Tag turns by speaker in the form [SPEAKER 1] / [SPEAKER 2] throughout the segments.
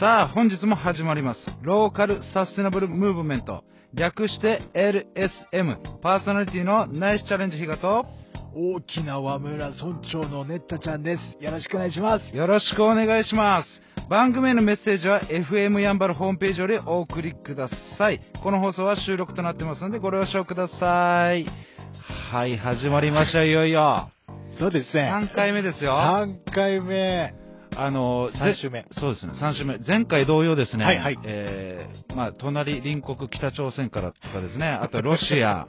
[SPEAKER 1] さあ、本日も始まります。ローカルサステナブルムーブメント。略して LSM。パーソナリティのナイスチャレンジ日賀と、
[SPEAKER 2] 沖縄村村長のネッタちゃんです。よろしくお願いします。
[SPEAKER 1] よろしくお願いします。番組へのメッセージは FM やんばるホームページよりお送りください。この放送は収録となってますのでご了承ください。はい、始まりましたよ、いよいよ。
[SPEAKER 2] そうですね。
[SPEAKER 1] 3回目ですよ。
[SPEAKER 2] 三回目。
[SPEAKER 1] あの、ぜ
[SPEAKER 2] 三週目。
[SPEAKER 1] そうですね、3週目。前回同様ですね。
[SPEAKER 2] はいはい
[SPEAKER 1] えーまあ、隣、隣国北朝鮮からとかですね、あとロシア、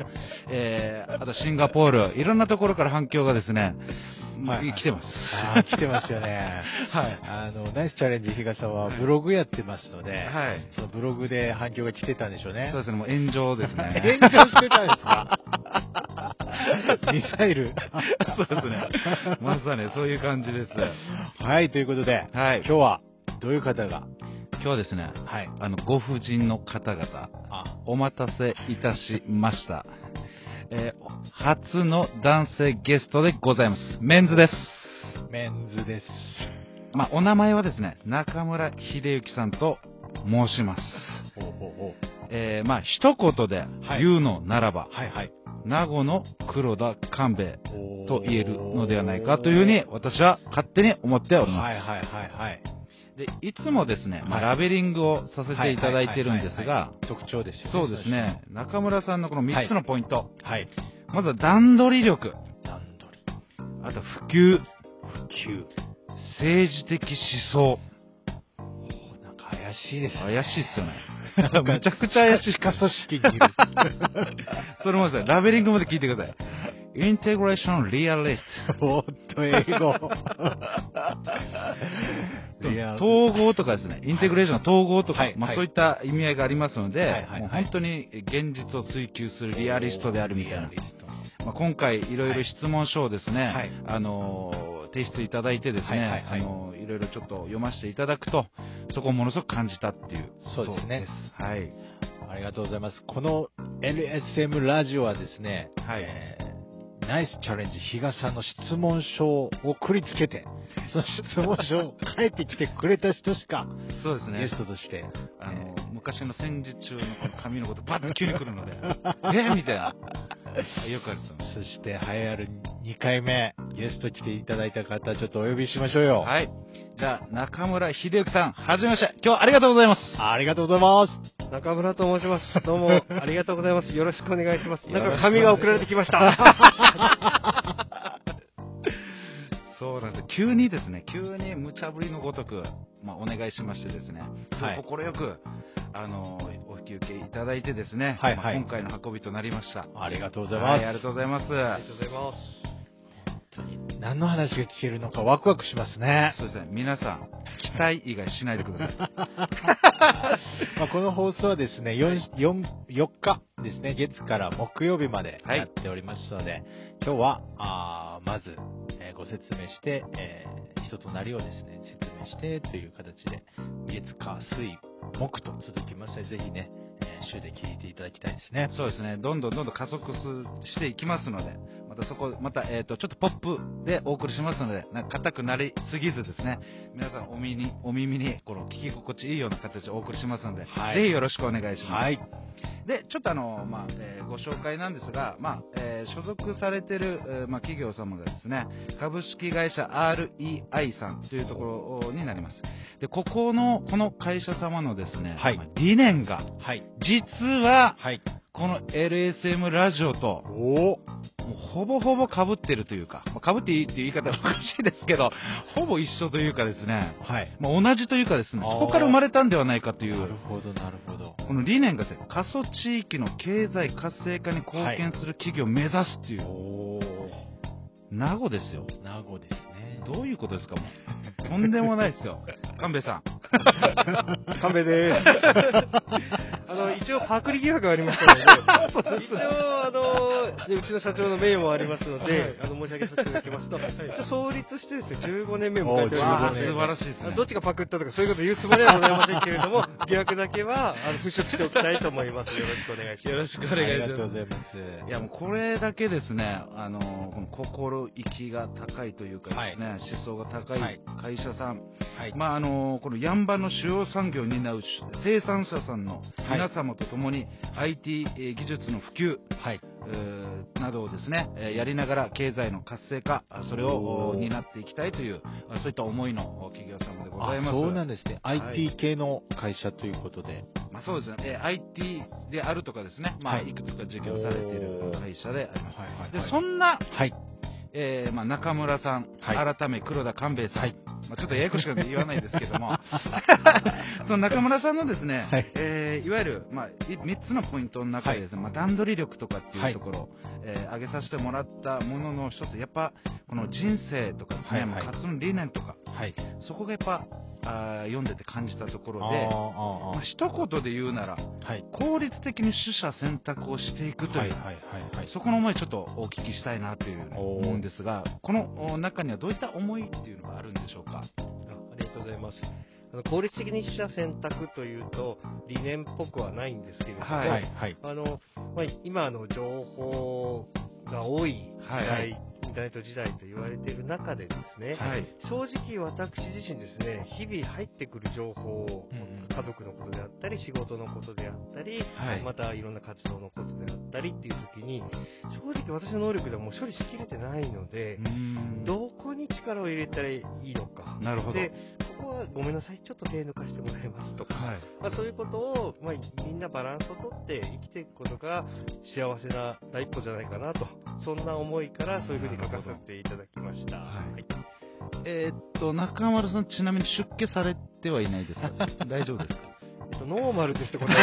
[SPEAKER 1] えーあとシンガポール、いろんなところから反響がですね、
[SPEAKER 2] はい
[SPEAKER 1] 来てます。
[SPEAKER 2] あー来てますよね。
[SPEAKER 1] はい。
[SPEAKER 2] あの、ナイスチャレンジ日傘はブログやってますので、
[SPEAKER 1] はい。
[SPEAKER 2] そのブログで反響が来てたんでしょうね
[SPEAKER 1] そう。ですね、もう炎上ですね。
[SPEAKER 2] 炎上してたんですかミサイル。
[SPEAKER 1] そうですね。まさにそういう感じです。
[SPEAKER 2] はい、ということで、
[SPEAKER 1] はい。
[SPEAKER 2] 今日はどういう方が、
[SPEAKER 1] 今日はですね、
[SPEAKER 2] はい。
[SPEAKER 1] あの、ご婦人の方々、
[SPEAKER 2] あ、
[SPEAKER 1] お待たせいたしました。えー初の男性ゲストでございます。メンズです。
[SPEAKER 2] メンズです。
[SPEAKER 1] まあ、お名前はですね、中村秀幸さんと申します。
[SPEAKER 2] ほうほうほ
[SPEAKER 1] えーまあ、一言で言うのならば、
[SPEAKER 2] う。はいはい。
[SPEAKER 1] 名護の黒田官兵衛と言えるのではないかというふうに
[SPEAKER 2] ね。
[SPEAKER 1] 私は勝手に思っております。
[SPEAKER 2] はいはいはいはい。
[SPEAKER 1] でいつもですね、まあ、
[SPEAKER 2] は
[SPEAKER 1] ラベリングをさせていただいてるんです
[SPEAKER 2] はいはい
[SPEAKER 1] が、
[SPEAKER 2] 特徴ですよね。
[SPEAKER 1] そうですね、中村さんのこの3つのポイント、
[SPEAKER 2] そうですね。はい。
[SPEAKER 1] まずは段取り力、
[SPEAKER 2] 段取
[SPEAKER 1] あと普及、
[SPEAKER 2] り。
[SPEAKER 1] 政治的思想。
[SPEAKER 2] 9。なんか怪しいですね。
[SPEAKER 1] 怪しいっす よね。
[SPEAKER 2] なんか
[SPEAKER 1] めちゃくちゃ怪しい
[SPEAKER 2] 地下組織にいる。
[SPEAKER 1] それもですね、ラベリングまで聞いてください。インテグレーションリアリス
[SPEAKER 2] おっと、英語。
[SPEAKER 1] ト。
[SPEAKER 2] いや
[SPEAKER 1] 統合とかですね、インテグレーション統合とか、
[SPEAKER 2] はい
[SPEAKER 1] まあ、
[SPEAKER 2] はい
[SPEAKER 1] そういった意味合いがありますので、
[SPEAKER 2] はいはいはい
[SPEAKER 1] もう本当に現実を追求するリアリストであるみたい
[SPEAKER 2] リ
[SPEAKER 1] な
[SPEAKER 2] ア。リスト
[SPEAKER 1] まあ、今回いろいろ質問書をですね、
[SPEAKER 2] はい
[SPEAKER 1] あのー提出いただいてですね、
[SPEAKER 2] はいいはいはい
[SPEAKER 1] あのーいろいろちょっと読ませていただくと、そこをものすごく感じたっていう。
[SPEAKER 2] そうですね。
[SPEAKER 1] はい。
[SPEAKER 2] ありがとうございます。この LSM ラジオはですね、
[SPEAKER 1] はい
[SPEAKER 2] えーナイスチャレンジ、比嘉さんの質問書を送りつけて、その質問書を返ってきてくれた人しか、
[SPEAKER 1] そうです
[SPEAKER 2] ゲ
[SPEAKER 1] ね
[SPEAKER 2] ス。トとして、
[SPEAKER 1] あのー昔の戦時中のこの紙のことバッと急に来る ので、えみたいな。よくあると思います
[SPEAKER 2] そして、栄えある2回目、ゲスト来ていただいた方、ちょっとお呼びしましょうよ。
[SPEAKER 1] はい。じゃあ、中村秀幸さん、はじめまして。今日はありがとうございます。
[SPEAKER 2] ありがとうございます。
[SPEAKER 3] 中村と申します。どうも、ありがとうございます。よろしくお願いします。
[SPEAKER 2] よろしくお願いします
[SPEAKER 3] なんか紙が送られてきました。
[SPEAKER 1] そうなんです。急にですね、急に無茶ぶりのごとく、まあ、お願いしましてですね、
[SPEAKER 2] はい
[SPEAKER 1] 心よく、あのお引き受けいただいてですね、
[SPEAKER 2] はい
[SPEAKER 1] まあ
[SPEAKER 2] はい
[SPEAKER 1] 今回の運びとなりました。
[SPEAKER 2] ありがとうござい
[SPEAKER 1] はい、あり
[SPEAKER 2] ま
[SPEAKER 1] が
[SPEAKER 2] す。
[SPEAKER 1] とうございます。
[SPEAKER 3] ありがとうございます。
[SPEAKER 2] 何の話が聞けるのかワクワクしますね。
[SPEAKER 1] そうですね、皆さん、期待以外しないでください。
[SPEAKER 2] まあ、この放送はですね4、4、4日ですね、月から木曜日まで
[SPEAKER 1] はい
[SPEAKER 2] やっておりますので、今日は、あーまず、えーご説明して、えー人となりをですね、説明してという形で、月、火、水、木と続きますので、ぜひね、えー週で聞いていただきたいですね。
[SPEAKER 1] そうですね、どんどんどんどん加速すしていきますので、またそこ、また、えっ、と、ちょっとポップでお送りしますので、なんか硬くなりすぎずですね、皆さんお耳に、お耳に、この聞き心地いいような形でお送りしますので、
[SPEAKER 2] はい
[SPEAKER 1] ぜひよろしくお願いします。
[SPEAKER 2] はい。
[SPEAKER 1] で、ちょっとあの、まあ、えーご紹介なんですが、まあ、えー所属されてる、えーまあ、企業様がですね、株式会社 REI さんというところになります。で、ここの、この会社様のですね、
[SPEAKER 2] はい
[SPEAKER 1] まあ理念が、
[SPEAKER 2] はい。
[SPEAKER 1] 実は、
[SPEAKER 2] はい。
[SPEAKER 1] この LSM ラジオと、
[SPEAKER 2] お
[SPEAKER 1] もうほぼほぼ被ってるというか、まあ、被っていいっていう言い方はおかしいですけど、ほぼ一緒というかですね、
[SPEAKER 2] はい。
[SPEAKER 1] まあ、同じというかですね、
[SPEAKER 2] あー
[SPEAKER 1] そこから生まれたんではないかとい
[SPEAKER 2] な
[SPEAKER 1] う
[SPEAKER 2] る、ほど、なるほど。
[SPEAKER 1] この理念がですね、過疎地域の経済活性化に貢献する企業を目指すっていう、
[SPEAKER 2] お
[SPEAKER 1] 名護ですよ。
[SPEAKER 2] 名護ですね。
[SPEAKER 1] どういうことですか、もう。とんでもないです よ。神戸さん。
[SPEAKER 3] 神戸です。 あの、一応パクリ疑惑があります ので、一応、あの、ねうちの社長の名誉もありますので、あの、申し上げさせていただきますと、一応創立してですね、15年目を迎えており
[SPEAKER 1] わ
[SPEAKER 3] ま
[SPEAKER 1] あ素
[SPEAKER 3] すので
[SPEAKER 1] 晴らしいです
[SPEAKER 3] あの
[SPEAKER 1] ね
[SPEAKER 3] ど。っちがパクったとかそういうこと言うつもりはございませんけれ ども、疑惑だけは、あの、払拭しておきたいと思います。よろしくお願いします。
[SPEAKER 1] よろしくお
[SPEAKER 2] あり
[SPEAKER 1] 願い
[SPEAKER 2] が
[SPEAKER 1] し
[SPEAKER 2] とう
[SPEAKER 1] ま
[SPEAKER 2] ございます。
[SPEAKER 1] す。いやもうこれだけですね、あのこの心意気が高いというかですね、思想が高
[SPEAKER 2] はいい
[SPEAKER 1] 会社さん、
[SPEAKER 2] はい
[SPEAKER 1] まああのこのヤンバの主要産業を担う生産者さんの皆様と共に IT えー技術の普及、
[SPEAKER 2] はい。
[SPEAKER 1] えーなどをですね、えーやりながら経済の活性化、あそれを
[SPEAKER 2] おー
[SPEAKER 1] 担っていきたいという、あそういった思いのお企業様でござい
[SPEAKER 2] あ
[SPEAKER 1] ます。
[SPEAKER 2] そうなん
[SPEAKER 1] で
[SPEAKER 2] ですね。
[SPEAKER 3] い
[SPEAKER 2] IT 系の会社ということで。
[SPEAKER 1] まあ、そうですね、えー IT であるとかですね、まあ、
[SPEAKER 2] はい
[SPEAKER 1] いくつか事業されている会社であります。
[SPEAKER 2] はい
[SPEAKER 1] でそんな、
[SPEAKER 2] はい。
[SPEAKER 1] えーまあ、中村さん、
[SPEAKER 2] は
[SPEAKER 1] 改め黒田官兵衛さん、
[SPEAKER 2] はい
[SPEAKER 1] まあ、ちょっとややこしく言わないですけど も、その中村さんのですね、
[SPEAKER 2] はい
[SPEAKER 1] いえーいわゆる、まあ、い3つのポイントの中でです、ねまあ、段取り力とかって
[SPEAKER 2] はいいう
[SPEAKER 1] ところ、えー挙げさせてもらったものの一つ、やっぱこの人生とかですね、
[SPEAKER 2] はい
[SPEAKER 1] まあ活動の理念とか、
[SPEAKER 2] はい。
[SPEAKER 1] そこがやっぱあー読んでて感じたとこ
[SPEAKER 2] あー
[SPEAKER 1] ろで、
[SPEAKER 2] あ
[SPEAKER 1] まあ、一言で言うなら、
[SPEAKER 2] ー、はい。
[SPEAKER 1] 効率的に取捨選択をしていくという。
[SPEAKER 2] はいはいはいはい。
[SPEAKER 1] そこの思いちょっとお聞きしたいなというふうに思うんですが、このお中にはどういった思いっていうのがあるんでしょうか。
[SPEAKER 3] あありがとうございます。あの効率的に取捨選択というと、理念っぽくはないんですけれども、
[SPEAKER 1] はい
[SPEAKER 2] はいはい。
[SPEAKER 3] あのまあ、今あの情報が多い時代、
[SPEAKER 1] はい
[SPEAKER 3] インターネット時代と言われている中でですね、
[SPEAKER 1] はい。
[SPEAKER 3] 正直私自身ですね、日々入ってくる情報を
[SPEAKER 2] うんうん
[SPEAKER 3] 家族のことであったり、仕事のことであったり、
[SPEAKER 1] はい
[SPEAKER 3] またいろんな活動のことであったりっていう時に、正直私の能力ではもう処理しきれてないので、どこに力を入れたらいいのか。
[SPEAKER 1] なるほど。
[SPEAKER 3] で、ここはごめんなさい、ちょっと手抜かしてもらいますとか、
[SPEAKER 1] はい。
[SPEAKER 3] まあ、そういうことを、まあ、みんなバランスをとって生きていくことが幸せな第一歩じゃないかなと、そんな思いからそういうふうに書かせていただきました。
[SPEAKER 1] はい
[SPEAKER 3] はい
[SPEAKER 1] えーっと、中丸さん、ちなみに出家されてはいないですか大丈夫ですか
[SPEAKER 3] えっとノーマルですってことは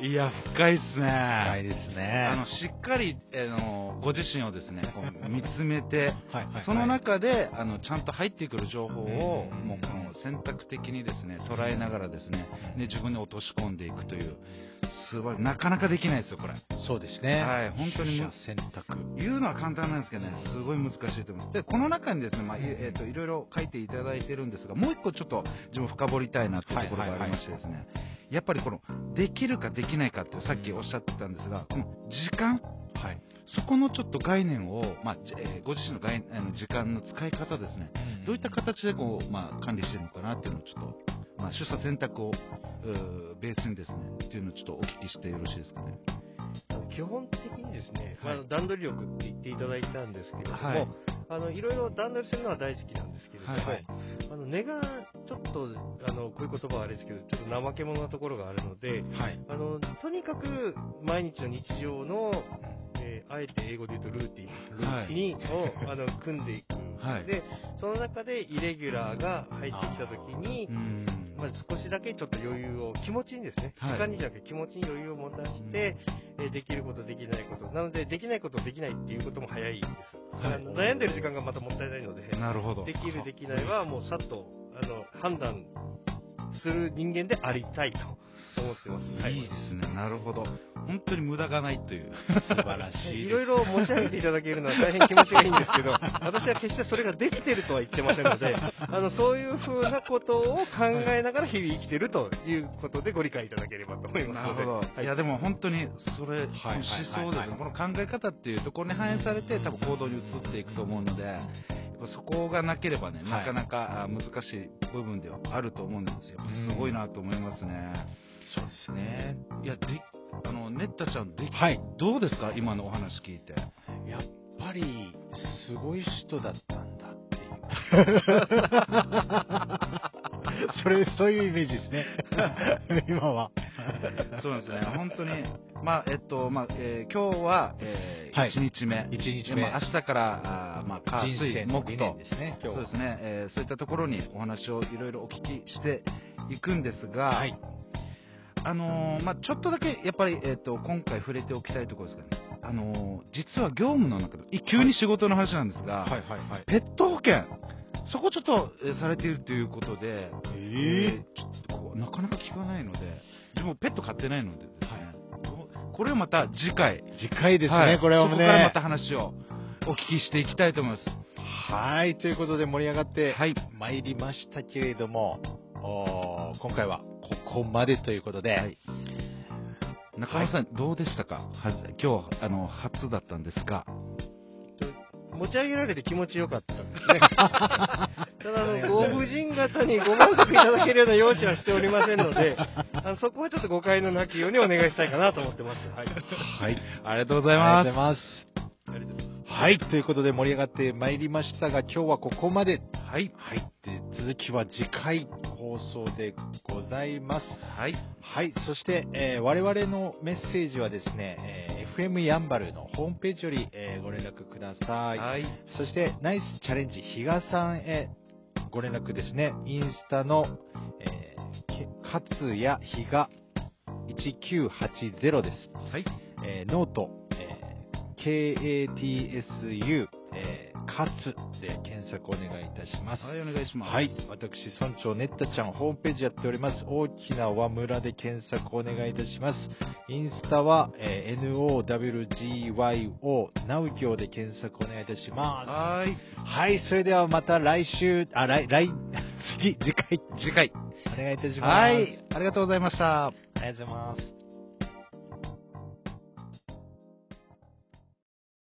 [SPEAKER 1] いや、深いっすね。
[SPEAKER 2] はいですね。
[SPEAKER 1] あの、しっかり、あの、ご自身をですね、こう見つめて、
[SPEAKER 2] はいはいはい
[SPEAKER 1] その中で、あの、ちゃんと入ってくる情報を、
[SPEAKER 2] うん
[SPEAKER 1] もうこの選択的にですね、捉えながらですね、で自分に落とし込んでいくという、すごい、なかなかできないですよ、これ。
[SPEAKER 2] そうですね。
[SPEAKER 1] はい本当に
[SPEAKER 2] 取捨選択。
[SPEAKER 1] 言うのは簡単なんですけどね、すごい難しいと思います。で、この中にですね、まあ、い
[SPEAKER 2] うん
[SPEAKER 1] えっ、と、いろいろ書いていただいてるんですが、もう一個ちょっと自分深掘りたいなっていうところがありましてですね、やっぱりこの、できるかできないかってさっきおっしゃってたんですが、この時間、
[SPEAKER 2] はい。
[SPEAKER 1] そこのちょっと概念を、まあ、じえーご自身の概あの時間の使い方ですね、どういった形でこう、まあ、管理してるのかなっていうのをちょっと、まあ、取捨選択を、うーベースにですね、っていうのをちょっとお聞きしてよろしいですかね。
[SPEAKER 3] 基本的にですね、
[SPEAKER 1] はい
[SPEAKER 3] まあ、段取り力って言っていただいたんですけれども、
[SPEAKER 1] はい
[SPEAKER 3] い、あのいろいろ段取りするのは大好きなんですけれども、
[SPEAKER 1] はい
[SPEAKER 3] あの根がちょっとあのこういう言葉はあれですけど、ちょっと怠け者なところがあるので、
[SPEAKER 2] はい。
[SPEAKER 3] あのとにかく毎日の日常の、えーあえて英語で言うとルーティン、ル
[SPEAKER 1] はい
[SPEAKER 3] ーティンを、あの組んでいく、
[SPEAKER 1] はい
[SPEAKER 3] で、その中でイレギュラーが入ってきたときに
[SPEAKER 1] う、ん
[SPEAKER 3] まあ、少しだけちょっと余裕を、気持ちにですね、
[SPEAKER 1] はい
[SPEAKER 3] 時間にじゃなくて気持ちに余裕を持たして、えーできること、できないこと、なので、できないこと、できないっていうことも早いんです。
[SPEAKER 1] はい
[SPEAKER 3] あの悩んでる時間がまたもったいないので、
[SPEAKER 1] なるほど。
[SPEAKER 3] できる、できないはもうさっとあの判断する人間でありたいと思ってます。は い
[SPEAKER 1] いですね、なるほど。本当に無駄がないという。
[SPEAKER 2] 素晴らし いです。
[SPEAKER 3] いろいろ持ち上げていただけるのは大変気持ちがいいんです けど、私は決してそれができてるとは言ってませんので、 あのそういうふうなことを考えながら日々生きてるということでご理解いただければと思いま
[SPEAKER 1] な
[SPEAKER 3] す
[SPEAKER 1] る
[SPEAKER 3] ので。
[SPEAKER 1] ほど。いや、でも本当にそれ、思
[SPEAKER 2] はい
[SPEAKER 1] 想ですね。この考え方っていうところに反映されて、多分行動に移っていくと思うので、やっぱそこがなければね、
[SPEAKER 2] い
[SPEAKER 1] なかなかあ難しい部分ではあると思うんですよ。
[SPEAKER 2] うん
[SPEAKER 1] すごいなと思いますね。
[SPEAKER 2] そうですね。
[SPEAKER 1] いや、で、あの、ネッタちゃん、で、
[SPEAKER 2] はい。
[SPEAKER 1] どうですか今のお話聞いて。
[SPEAKER 2] やっぱり、すごい人だったんだ っていう。それ、そういうイメージですね。 今は。
[SPEAKER 1] そうなんですね。本当に、まあ、えっと、まあ、えー今日は、えー
[SPEAKER 2] はい
[SPEAKER 1] 1日目。
[SPEAKER 2] 一日
[SPEAKER 1] で
[SPEAKER 2] 目。
[SPEAKER 1] まあ明日から、あーまあ、火、
[SPEAKER 2] 人生
[SPEAKER 1] 水、
[SPEAKER 2] の
[SPEAKER 1] 木
[SPEAKER 2] 理
[SPEAKER 1] と
[SPEAKER 2] 念、ですね、今
[SPEAKER 1] そう
[SPEAKER 2] 日は
[SPEAKER 1] ですね、えーそういったところにお話をいろいろお聞きしていくんですが、
[SPEAKER 2] はい。
[SPEAKER 1] あのーまあ、ちょっとだけやっぱり、えー、と今回触れておきたいところですかね、あのー実は業務の中で、い急に仕事の話なんですが、
[SPEAKER 2] はいはいはい。
[SPEAKER 1] ペット保険、そこちょっと、えーされているということで、
[SPEAKER 2] え
[SPEAKER 1] ーちょっとこうなかなか聞かないので、自分もペット飼ってないのでですね、これをまた次回、
[SPEAKER 2] ー、次回ですね、
[SPEAKER 1] はい
[SPEAKER 2] これを
[SPEAKER 1] そこからま
[SPEAKER 2] ね
[SPEAKER 1] た。話をお聞きしていきたいと思います。
[SPEAKER 2] はい、ということで盛り上がって
[SPEAKER 1] はい
[SPEAKER 2] 参りましたけれども、おー今回はここまでということで、
[SPEAKER 1] はい中野さん、どうでしたかはじ今日あの初だったんですが、
[SPEAKER 3] 持ち上げられて気持ちよかったんですね。ただ、あの、ご婦人方にご満足いただけるような用紙はしておりませんの で、あのそこはちょっと誤解のなきようにお願いしたいかなと思ってます。はい。
[SPEAKER 2] はい。
[SPEAKER 1] ありがとうございま
[SPEAKER 2] あり
[SPEAKER 1] す
[SPEAKER 2] がとうございます。はい。ということで盛り上がってまいりましたが、今日はここまで。
[SPEAKER 1] はい
[SPEAKER 2] はい。で、続きは次回放送でございます。
[SPEAKER 1] はい
[SPEAKER 2] はい。そして、えー我々のメッセージはですね、えー FM やんばるのホームページより、えーご連絡ください。
[SPEAKER 1] はい
[SPEAKER 2] そして、ナイスチャレンジ比嘉さんへご連絡ですね。インスタの、えー、かつや比嘉1980です。
[SPEAKER 1] はい
[SPEAKER 2] えーノート、えー KATSU、えー、カツで検索お願いいたします。
[SPEAKER 1] はいお願いします
[SPEAKER 2] はい。私、村長、ねったちゃん、ホームページやっております。大きな和村で検索お願いいたします。インスタは、えー NOWGYO、ナウ行で検索お願いいたしま
[SPEAKER 1] はい
[SPEAKER 2] す。はい。それではまた来週、あ、来、来、次、次回、
[SPEAKER 1] 次回
[SPEAKER 2] お願いいたします。
[SPEAKER 1] はいありがとうございました
[SPEAKER 2] ありがとうございます。